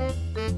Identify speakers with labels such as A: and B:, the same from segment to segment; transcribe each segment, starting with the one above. A: 好的，好的，好的，好的，好的，
B: 好的，好的，好的，好的，
C: 好的，好的，好的，好的，好的，好的，
D: 好的，好的，
E: 好的，好的，好的，好的，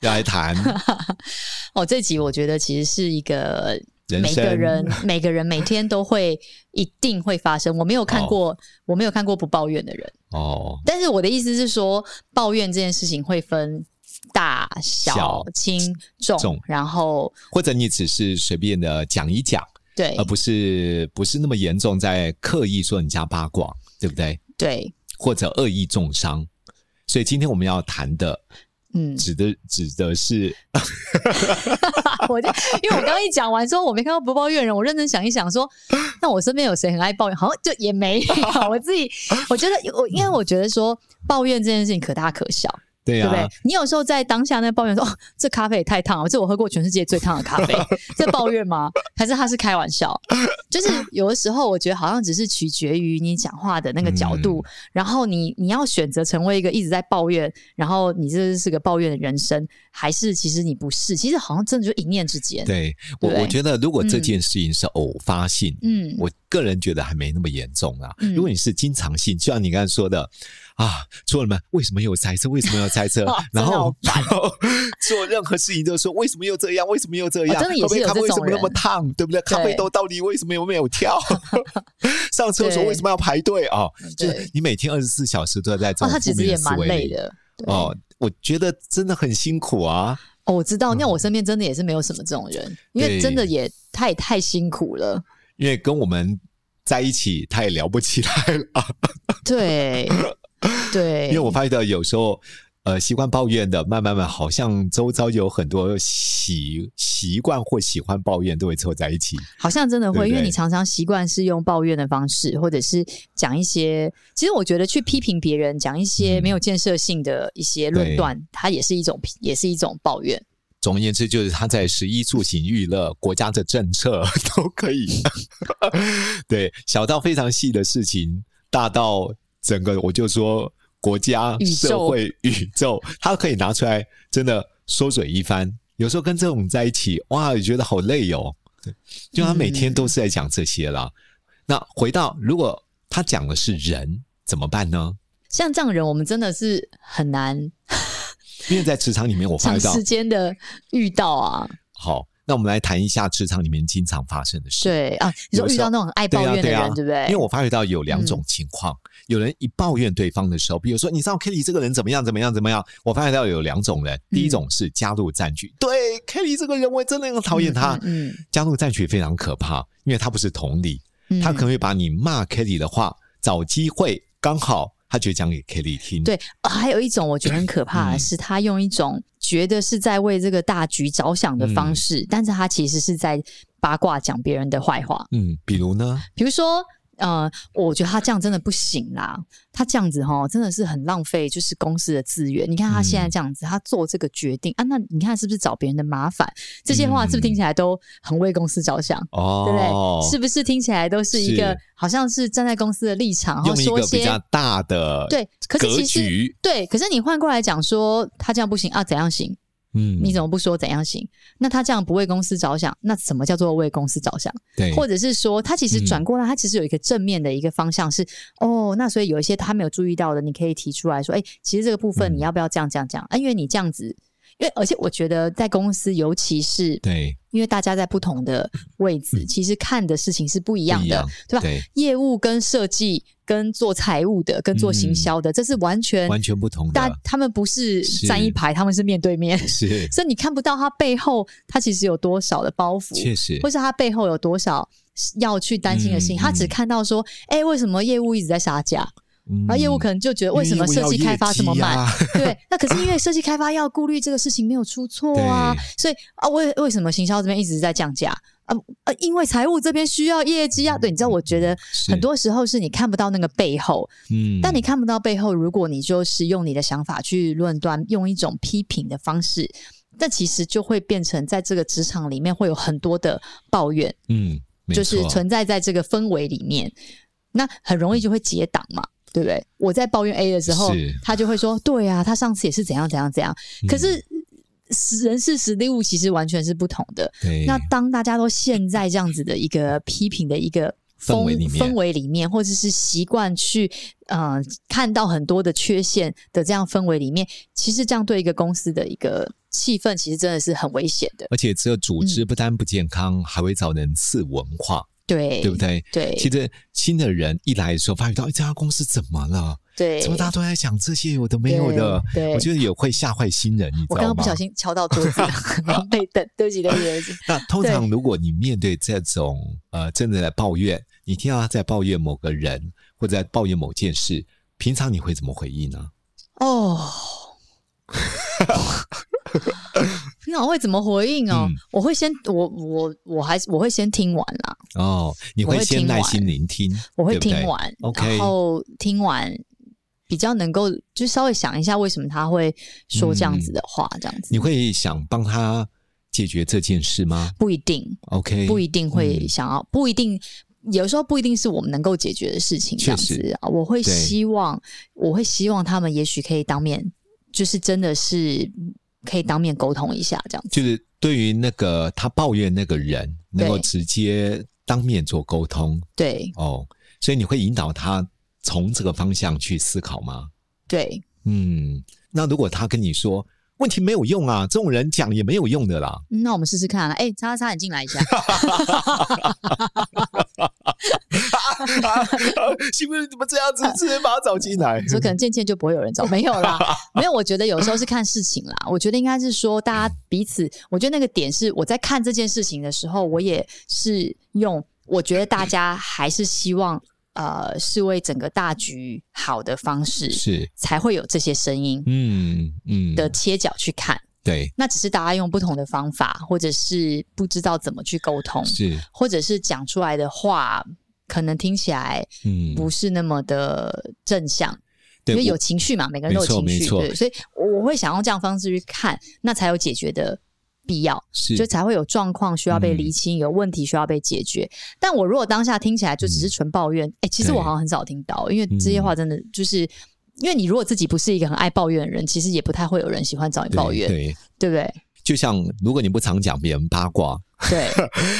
D: 要来谈
E: 哦，这集我觉得其实是一个
D: 人
E: 每个
D: 生
E: 人每个人每天都会一定会发生。我没有看过，我没有看过不抱怨的人。
D: 哦，
E: 但是我的意思是说，抱怨这件事情会分大小、
D: 小
E: 轻重，
D: 重
E: 然后
D: 或者你只是随便的讲一讲，
E: 对
D: 而不是不是那么严重，在刻意说人家八卦，对不对？
E: 对，
D: 或者恶意重伤。所以今天我们要谈的，
E: 嗯，
D: 指的指的是
E: 我就因为我刚刚一讲完说我没看到不抱怨人，我认真想一想说，那我身边有谁很爱抱怨？好像就也没有。我自己我觉得我因为我觉得说抱怨这件事情可大可小，
D: 对
E: 对不对
D: 啊，？
E: 你有时候在当下那抱怨说， 哦，这咖啡也太烫了，啊这我喝过全世界最烫的 咖啡，在抱怨吗？还是他是开玩笑？就是有的时候，我觉得好像只是取决于你讲话的那个角度，
D: 嗯
E: 然后你你要选择成为一个一直在抱怨，然后你这是个抱怨的人生，还是其实你不是？其实好像真的就一念之间。
D: 对我
E: 对
D: 我觉得如果这
E: 嗯
D: 件事情是偶发性，
E: 嗯，
D: 我个人觉得还没那么严重啊。
E: 嗯
D: 如果你是经常性，就像你刚才说的啊，错了吗？为什么有塞车？为什么有 塞车
E: 哇？
D: 然
E: 哦真的好
D: 后 然后做任何事情都说为什么又这样？为什么又这样？
E: 哦真的也是有
D: 咖啡为
E: 这
D: 什
E: 种
D: 么那么
E: 人
D: 烫？对不对？咖啡
E: 对
D: 豆到底为什么有没有 跳？上厕所
E: 对
D: 为什么要排队啊？哦就
E: 对
D: 是你每天二十四小时都在这种
E: 哦，他其
D: 负
E: 实
D: 面
E: 也
D: 的思
E: 蛮
D: 维
E: 累
D: 里
E: 的。对
D: 哦。我觉得真的很辛苦啊。
E: 哦，我知道，那我身边真的也是没有什么这种人，因为
D: 对
E: 真的也太太辛苦了。
D: 因为跟我们在一起，他也聊不起来了。
E: 对对，
D: 因为我发觉到有时候，呃，习惯抱怨的，慢慢慢，好像周遭有很多习习惯或喜欢抱怨都会凑在一起。
E: 好像真的会，
D: 对不对
E: 因为你常常习惯是用抱怨的方式，或者是讲一些，其实我觉得去批评别人，讲一些
D: 嗯
E: 没有建设性的一些论断，它也是一种，也是一种抱怨。
D: 总而言之，就是他在食衣住行、娱乐、国家的政策都可以， 对，小到非常细的事情，大到整个，我就说国家、
E: 宇宙
D: 社会、宇宙，他可以拿出来真的说嘴一番。有时候跟这种在一起，哇，也觉得好累哦。对，就他每天都是在讲这些啦。那回到，如果他讲的是人，怎么办呢？
E: 像这样的人，我们真的是很难
D: 因为在职场里面，我发
E: 长
D: 觉到
E: 时，间的遇到啊。
D: 好，那我们来谈一下职场里面经常发生的事。
E: 对啊，你说
D: 有时候
E: 遇到那种很爱抱怨的
D: 对
E: 人，
D: 啊对啊
E: 对不对？嗯
D: 因为我发觉到有两种情况，有人一抱怨对方的时候，比如说你知道 Kelly 这个人怎么样怎么样怎么样，我发觉到有两种人，第一种是加入战局，对 Kelly 这个人我真的很讨厌他，
E: 嗯嗯嗯嗯
D: 加入战局非常可怕，因为他不是同理，
E: 嗯
D: 他可能会把你骂 Kelly 的话找机会刚好他就讲给 Kelly 听，
E: 对、啊还有一种我觉得很可怕的
D: 嗯
E: 是，他用一种觉得是在为这个大局着想的方
D: 嗯
E: 式，但是他其实是在八卦讲别人的坏话。
D: 嗯，比如呢，
E: 比如说，呃，我觉得他这样真的不行啦，他这样子哈，真的是很浪费就是公司的资源。你看他现在这样子，他做这个决定啊，那你看是不是找别人的麻烦？这些话是不是听起来都很为公司着想？
D: 哦，
E: 对不对？是不是听起来都是一个
D: 是
E: 好像是站在公司的立场，然后
D: 用一
E: 说
D: 个
E: 一
D: 比
E: 些
D: 较大的
E: 对？可是
D: 格
E: 其实
D: 局，
E: 对，可是你换过来讲说他这样不行啊，怎样行？
D: 嗯
E: 你怎么不说怎样行？那他这样不为公司着想，那什么叫做为公司着想？
D: 对，
E: 或者是说，他其实
D: 嗯
E: 转过来，他其实有一个正面的一个方向是，哦，那所以有一些他没有注意到的，你可以提出来说，哎、其实这个部分
D: 嗯
E: 你要不要这样这样这样？啊，因为你这样子，因为而且我觉得在公司，尤其是
D: 对嗯
E: 因为大家在不同的位置，其实看的事情是不一样
D: 不一
E: 的，
D: 样
E: 对吧？
D: 对，
E: 业务跟设计、跟做财务的、跟做行销的，这是完
D: 嗯
E: 全
D: 完全不同
E: 嗯大
D: 的。
E: 他们不是
D: 是
E: 站一排，他们是面对面，
D: 是，
E: 所以你看不到他背后他其实有多少的包袱。
D: 确实
E: 或，是他背后有多少要去担心的事情，
D: 嗯
E: 他只
D: 嗯
E: 看到说，哎、为什么业务一直在杀价？然后业务可
D: 能
E: 能就觉得为什么设计
D: 啊
E: 开发这么慢？对， 那可是因为设计开发要顾虑这个事情没有出错啊，所以啊，为为什么行销这边一直在降价？啊啊，因为财务这边需要业绩啊。对，你知道，我觉得
D: 嗯是
E: 很多时候是你看不到那个背后，
D: 嗯
E: 但你看不到背后，如果你就是用你的想法去论断，用一种批评的方式。那其实就会变成在这个职场里面会有很多的抱怨，
D: 嗯，没
E: 就是
D: 错
E: 存在在这个氛围里面，那很容易就会结党嘛，对不对？我在抱怨 A 的时候
D: 是，嗯
E: 他就会说：“对啊，他上次也是怎样怎样怎样。”可是实人事实物其实完全是不同的。
D: 对
E: 那当大家都陷在这样子的 一个批评的一个
D: 氛围里面
E: 氛围里面，或者是习惯去呃看到很多的缺陷的这样氛围里面，其实这样对一个公司的一个气氛，其实真的是很危险的。
D: 而且这组
E: 嗯
D: 织不单不健康，还会造成次文化，
E: 对，
D: 对不？对？
E: 对，
D: 其实新的人一来的时候，发觉到哎，这家公司怎么了？
E: 对，
D: 怎么大家都在讲这些有的没有的？
E: 对对
D: 我觉得也会吓坏新人，你知道吗？
E: 我刚刚不小心敲到桌子， 狼狈等，对不起，对不起，对不起。
D: 那通常如果你面对这种呃真的在抱怨，你听到他在抱怨某个人或者在抱怨某件事，平常你会怎么回应呢？
E: 哦，平常会怎么回应哦？
D: 嗯
E: 我会先，我我我还是我会先听完啦，
D: 哦，你
E: 我
D: 会
E: 会
D: 先
E: 听
D: 耐
E: 完
D: 心聆听，
E: 我会
D: 对不对
E: 听完
D: OK
E: 然后听完比较能够就稍微想一下为什么他会说这样子的话，这样子
D: 你会想帮他解决这件事吗
E: 不一定
D: ？OK，
E: 不一定会
D: 嗯
E: 想要，不一定。有时候不一定是我们能够解决的事情，这样
D: 确
E: 子
D: 实
E: 啊，我会
D: 对
E: 希望，我会希望他们也许可以当面，就是真的是可以当面沟通一下，这样子。
D: 就是对于那个他抱怨那个人，能够
E: 对
D: 直接当面做沟通
E: 对
D: 哦，所以你会引导他从这个方向去思考吗？
E: 对，
D: 嗯，那如果他跟你说问题没有用啊，这种人讲也没有用的啦，
E: 嗯那我们试试看啊。哎、叉叉叉，你进来一下。
D: 是不是怎么这样子，直接把他找进来
E: 你说可能渐渐就不会有人找，没有 啦，没有。我觉得有时候是看事情啦。我觉得应该是说，大家彼此，我觉得那个点是我在看这件事情的时候，我也是用，我觉得大家还是希望呃是为整个大局好的方式，
D: 是，
E: 才会有这些声音
D: 嗯嗯，
E: 的切角去看。
D: 对，
E: 那只是大家用不同的方法，或者是不知道怎么去沟通，
D: 是，
E: 或者是讲出来的话。可能听起来
D: 嗯，
E: 不是那么的正向，
D: 对，
E: 因为有
D: 我
E: 情绪嘛，每个人都
D: 没错
E: 有情绪
D: 没，错
E: 对，所以我会想用这样方式去看，那才有解决的必要，
D: 是
E: 就才会有状况需要被
D: 嗯
E: 厘清，有问题需要被解决。但我如果当下听起来就只是纯抱怨，哎、其实
D: 嗯对
E: 我
D: 嗯
E: 好像很少听到，因为这些话真的就是。因为你如果自己不是一个很爱抱怨的人，其实也不太会有人喜欢找你
D: 对
E: 抱怨，
D: 对。
E: 对不对？
D: 就像如果你不常讲别人八卦，
E: 对，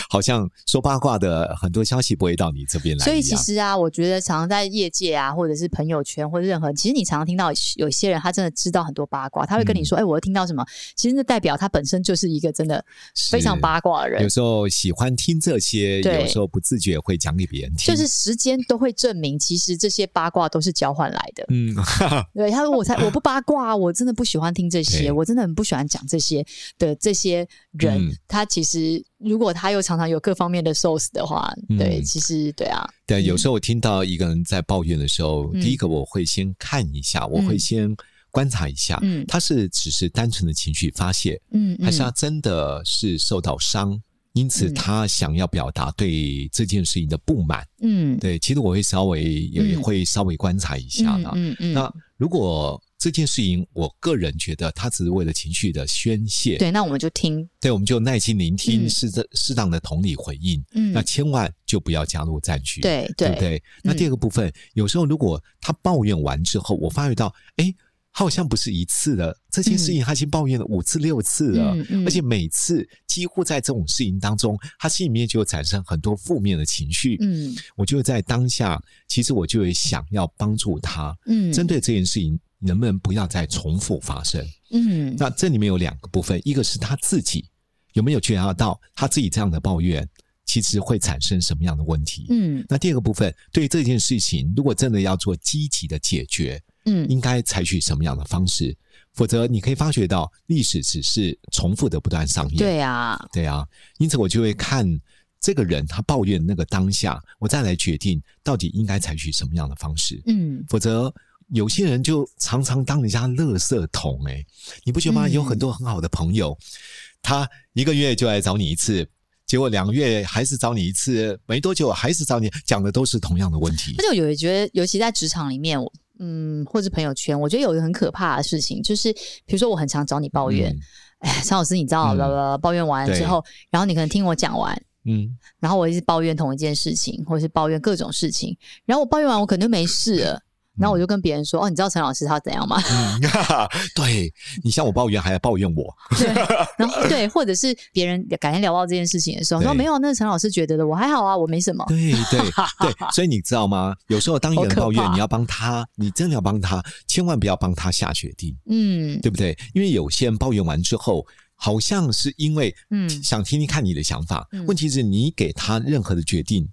D: 好像说八卦的很多消息不会到你这边来一
E: 所
D: 样。
E: 以其实啊，我觉得常常在业界啊，或者是朋友圈，或者任何，其实你常常听到有些人他真的知道很多八卦，他会跟
D: 嗯
E: 你说：“哎、我又听到什么？”其实那代表他本身就是一个真的非常
D: 是
E: 八卦的
D: 有
E: 人。
D: 时候喜欢听这些，
E: 对
D: 有时候不自觉会讲给别人听。
E: 就是时间都会证明，其实这些八卦都是交换来的。
D: 嗯，
E: 对，他说我才我不八卦啊，我真的不喜欢听这些，
D: 对
E: 我真的很不喜欢讲这些的这些人，
D: 嗯
E: 他其实如果他又常常有各方面的 source 的话，对，
D: 嗯
E: 其实对啊，
D: 对，有时候我听到一个人在抱怨的时候，
E: 嗯
D: 第一个我会先看一下，我会先观察一下，
E: 嗯
D: 他是只是单纯的情绪发泄，
E: 嗯，嗯
D: 还是他真的是受到伤，因此
E: 嗯
D: 他想要表达对这件事情的不满。
E: 嗯
D: 对，其实我会稍微也
E: 嗯
D: 会稍微观察一下
E: 嗯
D: 啦。
E: 嗯嗯，
D: 啊那如果这件事情，我个人觉得他只是为了情绪的宣泄，
E: 对，那我们就听，
D: 对，我们就耐心聆
E: 嗯
D: 听，适当适当的同理回应。
E: 嗯
D: 那千万就不要加入战局，
E: 对
D: 对
E: 对嗯
D: 不对？那第二个部分，有时候如果他抱怨完之后，我发觉到，哎，他好像不是一次的这件事情，他已经抱怨了五次六次了，
E: 嗯嗯
D: 而且每次几乎在这种事情当中，他心里面就产生很多负面的情绪。
E: 嗯
D: 我就在当下，其实我就会想要帮助他，
E: 嗯，
D: 针对这件事情，能不能不要再重复发生？
E: 嗯
D: 那这里面有两个部分，一个是他自己有没有觉察到他自己这样的抱怨，其实会产生什么样的问题？
E: 嗯
D: 那第二个部分，对于这件事情，如果真的要做积极的解决，
E: 嗯
D: 应该采取什么样的方式？否则，你可以发觉到历史只是重复的不断上演。
E: 对啊，
D: 对啊，因此我就会看这个人他抱怨那个当下，我再来决定到底应该采取什么样的方式。
E: 嗯
D: 否则有些人就常常当人家垃圾桶、欸。你不觉得吗？
E: 嗯
D: 有很多很好的朋友，他一个月就来找你一次。结果两个月还是找你一次，没多久还是找你，讲的都是同样的问题
E: 而。且我有觉得，尤其在职场里面，我嗯，或是朋友圈，我觉得有一个很可怕的事情，就是比如说我很常找你抱怨，哎、常老师你知道，
D: 嗯
E: 啦啦啦抱怨完
D: 对
E: 之后，然后你可能听我讲完，
D: 嗯，
E: 然后我一直抱怨同一件事情，或者是抱怨各种事情，然后我抱怨完我可能就没事了，然后我就跟别人说，哦，你知道陈老师他怎样吗？
D: 嗯 对你向我抱怨，还来抱怨 我，
E: 然后对，或者是别人改天聊到这件事情的时候，
D: 对
E: 说没有，那是陈老师觉得的，我还好啊，我没什么。
D: 对对对，所以你知道吗？有时候当一个人
E: 好可
D: 抱怨，
E: 怕
D: 你要帮他，你真的要帮他，千万不要帮他下决定，
E: 嗯
D: 对不对？因为有些人抱怨完之后，好像是因为
E: 嗯
D: 想听听看你的想法，
E: 嗯
D: 问题是你给他任何的决定，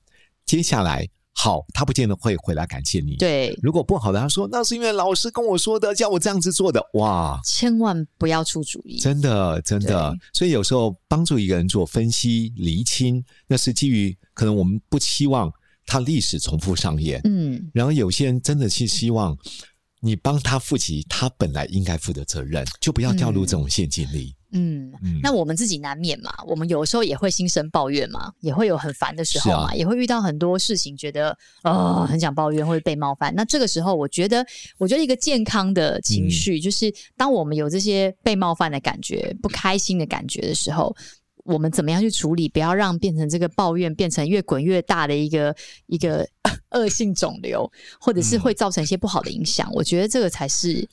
D: 接下来好，他不见得会回来感谢你。，
E: 对，
D: 如果不好的，他说那是因为老师跟我说的，叫我这样子做的，哇，
E: 千万不要出主意。
D: 真的，真的
E: 对。
D: 所以有时候帮助一个人做分析、厘清，那是基于可能我们不期望他历史重复上演。
E: 嗯，
D: 然后有些人真的是希望你帮他负起他本来应该负的责任，就不要掉入这种陷阱里。
E: 嗯，
D: 嗯，
E: 那我们自己难免嘛，我们有时候也会心生抱怨嘛，也会有很烦的时候嘛，
D: 是啊
E: 也会遇到很多事情，觉得呃很想抱怨或者被冒犯。那这个时候，我觉得，我觉得一个健康的情
D: 嗯
E: 绪，就是当我们有这些被冒犯的感觉、不开心的感觉的时候。我们怎么样去处理？不要让变成这个抱怨变成越滚越大的一个一个 恶性肿瘤，或者
D: 嗯
E: 是会造成一些不好的影响。我觉得这个才是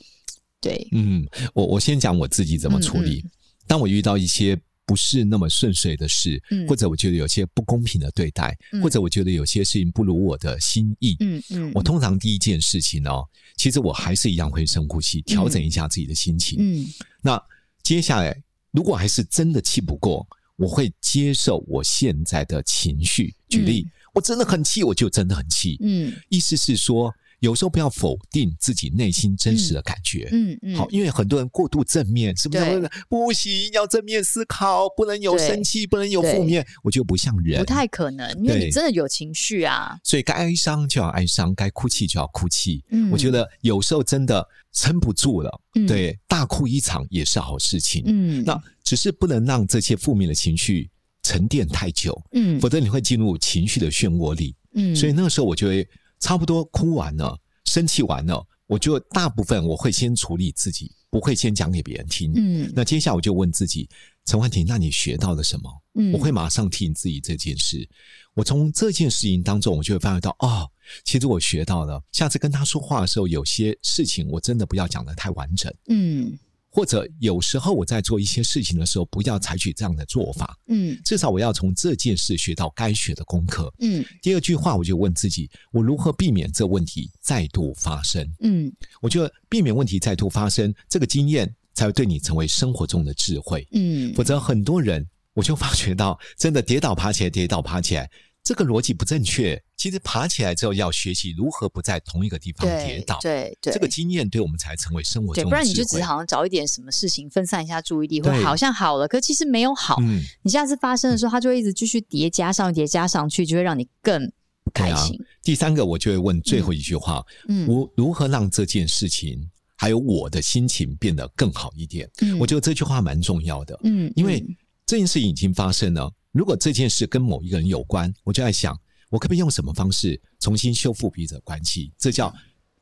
E: 对，
D: 嗯，我我先讲我自己怎么处
E: 嗯
D: 理。当我遇到一些不是那么顺遂的事，
E: 嗯
D: 或者我觉得有些不公平的对待，
E: 嗯
D: 或者我觉得有些事情不如我的心意，
E: 嗯嗯，
D: 我通常第一件事情哦，其实我还是一样会深呼吸，调整一下自己的心情。
E: 嗯
D: 那接下来，如果还是真的气不过，我会接受我现在的情绪。举例，我真的很气，我就真的很气。
E: 嗯
D: 意思是说，有时候不要否定自己内心真实的感觉。
E: 嗯嗯，
D: 好，因为很多人过度正面，是不是
E: 对
D: 会？不行，要正面思考，不能有
E: 对
D: 生气，不能有负
E: 对
D: 面，我觉得不像人。
E: 不太可能，因为
D: 对
E: 你真的有情绪啊。
D: 所以该哀伤就要哀伤，该哭泣就要哭泣。
E: 嗯
D: 我觉，得有时候真的撑不住了，
E: 嗯
D: 对，大哭一场也是好事情。
E: 嗯，
D: 那只是不能让这些负面的情绪沉淀太久，
E: 嗯
D: 否则你会进入情绪的漩涡里。
E: 嗯，
D: 所以那个时候，我就会差不多哭完了，生气完了，我就大部分我会先处理自己，不会先讲给别人听。
E: 嗯
D: 那接下来我就问自己，陈焕婷，那你学到了什么？
E: 嗯，
D: 我会马上提醒自己这件事。我从这件事情当中，我就会发觉到，哦，其实我学到了。下次跟他说话的时候，有些事情我真的不要讲的太完整，
E: 嗯
D: 或者有时候我在做一些事情的时候，不要采取这样的做法。
E: 嗯
D: 至少我要从这件事学到该学的功课。
E: 嗯
D: 第二句话，我就问自己，我如何避免这问题再度发生？
E: 嗯
D: 我觉得避免问题再度发生，这个经验才会对你成为生活中的智慧。
E: 嗯，
D: 否则很多人我就发觉到，真的跌倒爬起来，跌倒爬起来，这个逻辑不正确。其实爬起来之后要学习如何不在同一个地方跌
E: 对
D: 倒，
E: 对对，
D: 这个经验对我们才成为生活
E: 对，
D: 中的智慧。
E: 不然你就只是好像找一点什么事情分散一下注意力，会
D: 对
E: 好像好了，可其实没有好。
D: 嗯，
E: 你下次发生的时候，它就会一直继续叠加上叠加上去，就会让你更不
D: 对
E: 开
D: 啊
E: 心。
D: 第三个我就会问最后一句话：
E: 嗯，
D: 我如何让这件事情还有我的心情变得更好一点？
E: 嗯
D: 我觉得这句话蛮重要的，
E: 嗯，
D: 因为这件事情已经发生了。如果这件事跟某一个人有关，我就在想，我可不可以用什么方式重新修复彼此的关系？这叫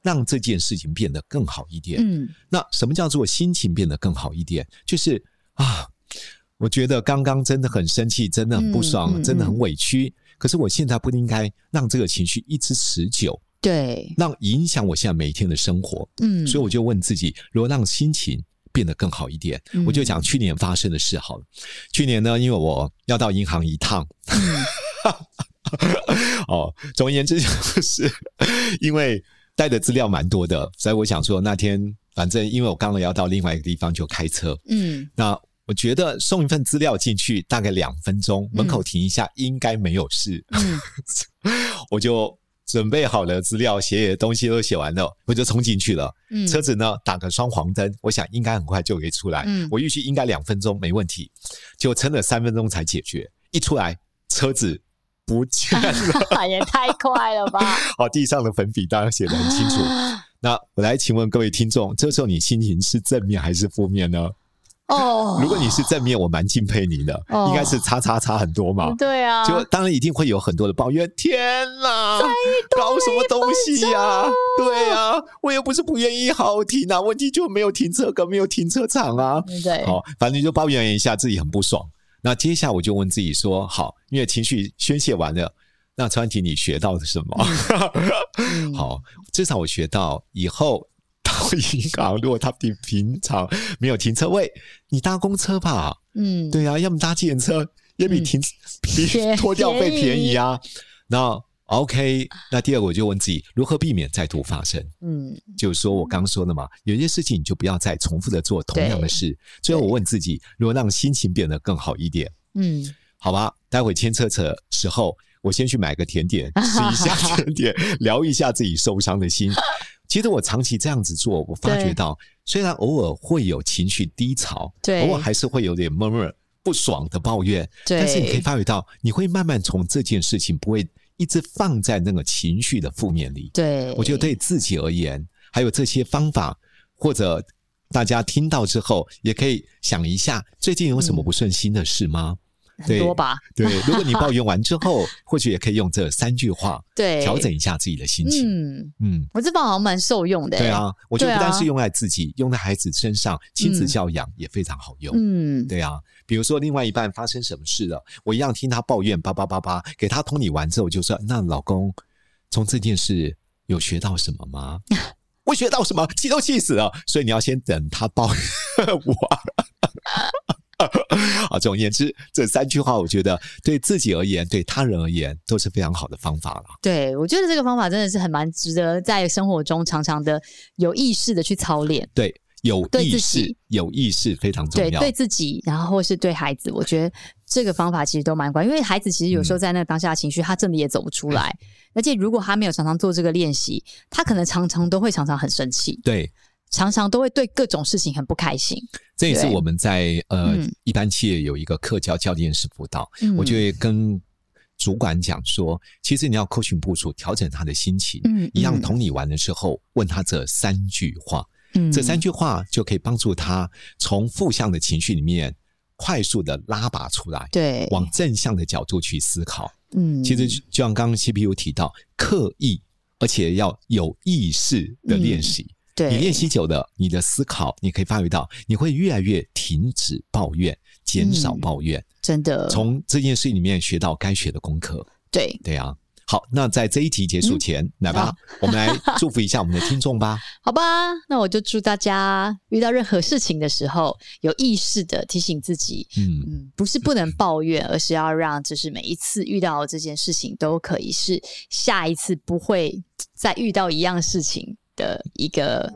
D: 让这件事情变得更好一点。
E: 嗯
D: 那什么叫做心情变得更好一点？就是啊，我觉得刚刚真的很生气，真的很不爽，
E: 嗯嗯
D: 真的很委屈。可是我现在不应该让这个情绪一直持久，
E: 对，
D: 让影响我现在每一天的生活。
E: 嗯，
D: 所以我就问自己，如果让心情变得更好一点，
E: 嗯
D: 我就讲去年发生的事好了。去年呢，因为我要到银行一趟，
E: 嗯
D: 哦，总而言之就是因为带的资料蛮多的，所以我想说那天反正因为我刚刚要到另外一个地方就开车，
E: 嗯
D: 那。我觉得送一份资料进去大概两分钟，门口停一下、应该没有事。
E: 嗯
D: 我就准备好了资料，写写东西都写完了，我就冲进去了。
E: 嗯，
D: 车子呢打个双黄灯，我想应该很快就可以出来。
E: 嗯
D: 我预期应该两分钟没问题，就撑了三分钟才解决。一出来，车子不见了，
E: 也太快了吧，
D: 哦，地上的粉笔当然写的很清
E: 啊
D: 楚。那我来请问各位听众，这时候你心情是正面还是负面呢？
E: 哦，
D: 如果你是正面，我蛮敬佩你的，
E: 哦
D: 应该是叉叉叉很多嘛。
E: 对啊，
D: 就当然一定会有很多的抱怨，天哪，搞什么东西呀、对呀、我又不是不愿意好好停啊，问题就没有停车格，没有停车场啊。
E: 对，
D: 好，反正就抱怨一下自己很不爽。那接下来我就问自己说，好，因为情绪宣泄完了，那川婷你学到了什么？
E: 嗯，
D: 好，至少我学到以后到银行，如果他平平常没有停车位，你搭公车吧，
E: 嗯，
D: 对啊，要么搭计程车，也比
E: 嗯
D: 停、比
E: 便
D: 拖掉费
E: 便
D: 便宜
E: 宜
D: 啊。那 OK，那第二个我就问自己，如何避免再度发生？
E: 嗯，
D: 就是说我刚说的嘛，有些事情你就不要再重复的做同样的事。最后我问自己，如果让心情变得更好一点，
E: 嗯，
D: 好吧？待会牵车车时候，我先去买个甜 点，吃一下甜点， 疗一下自己受伤的 心。其实我长期这样子做，我发觉
E: 对
D: 到，虽然偶尔会有情绪低潮，
E: 对
D: 偶尔还是会有点闷闷不爽的抱怨，
E: 对
D: 但是你可以发觉到，你会慢慢从这件事情不会一直放在那个情绪的负面里。
E: 对，
D: 我觉得对自己而言，还有这些方法，或者大家听到之后，也可以想一下，最近有什么不顺心的事吗？
E: 嗯很
D: 对
E: 多吧，
D: 对，如果你抱怨完之后， 或许也可以用这三句话
E: 对，
D: 调整一下自己的心情。
E: 嗯，
D: 嗯，
E: 我这方好像蛮受用的、
D: 对
E: 欸，
D: 啊，我觉得
E: 对啊
D: 不但是用在自己，用在孩子身上，亲子教养也非常好用。
E: 嗯，
D: 对啊，比如说另外一半发生什么事了，我一样听他抱怨，叭叭叭叭，给他通理完之后，我就说：“那老公，从这件事有学到什么吗？” 我学到什么，气都气死了。所以你要先等他抱怨我。 啊，总而言之，这三句话，我觉得对自己而言，对他人而言，都是非常好的方法了。
E: 对，我觉得这个方法真的是很蛮值得在生活中常常的有意识的去操练，
D: 对，有
E: 对
D: 意
E: 自
D: 识
E: 己，
D: 有意识非常重
E: 对，
D: 要。
E: 对自己，然后或是对孩子，我觉得这个方法其实都蛮关，因为孩子其实有时候在那个当下的情绪，他真的也走不出
D: 哎
E: 来，而且如果他没有常常做这个练习，他可能常常都会常常很生气，
D: 对，
E: 常常都会对各种事情很不开心。
D: 这也是
E: 对
D: 我们在呃、
E: 嗯
D: 一般企业有一个课教教练式辅导，
E: 嗯
D: 我就会跟主管讲说，其实你要 coaching 部署，调整他的心情。
E: 嗯
D: 一样
E: 嗯
D: 同理完了之后，问他这三句话，
E: 嗯
D: 这三句话就可以帮助他从负向的情绪里面快速的拉拔出来，
E: 对，
D: 往正向的角度去思考。
E: 嗯，
D: 其实就就像刚刚 CPU 提到，刻意而且要有意识的练习。
E: 嗯对
D: 你练习久了，你的思考你可以发觉到，你会越来越停止抱怨，减少
E: 嗯
D: 抱怨，
E: 真的
D: 从这件事里面学到该学的功课。
E: 对
D: 对啊，好，那在这一题结束前，来吧
E: 嗯好，
D: 我们来祝福一下我们的听众 吧。
E: 好吧，那我就祝大家遇到任何事情的时候，有意识的提醒自己，
D: 嗯，
E: 嗯，不是 不能抱怨，而是要让就是每一次遇到这件事情，都可以是下一次不会再遇到一样事情的一个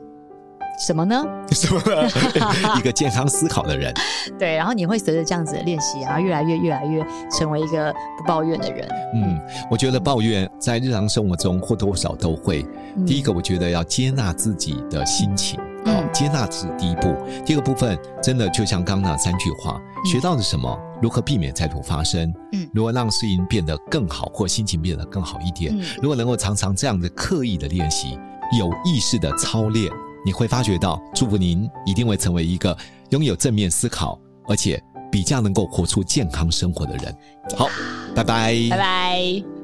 E: 什么呢？
D: 什么？一个健康思考的人。
E: 对，然后你会随着这样子的练习，然后越来越越来越成为一个不抱怨的人。
D: 嗯，我觉得抱怨在日常生活中或多或少都会。
E: 嗯
D: 第一个，我觉得要接纳自己的心情，
E: 嗯
D: 哦，接纳是第一步。第二个部分，真的就像刚刚那三句话，
E: 嗯
D: 学到了什么？如何避免再度发生？
E: 嗯
D: 如何让事情变得更好，或心情变得更好一点？
E: 嗯
D: 如果能够常常这样的刻意的练习，有意识的操练，你会发觉到，祝福您一定会成为一个拥有正面思考，啊而且比较能够活出健康生活的人。好，拜拜，
E: 拜拜。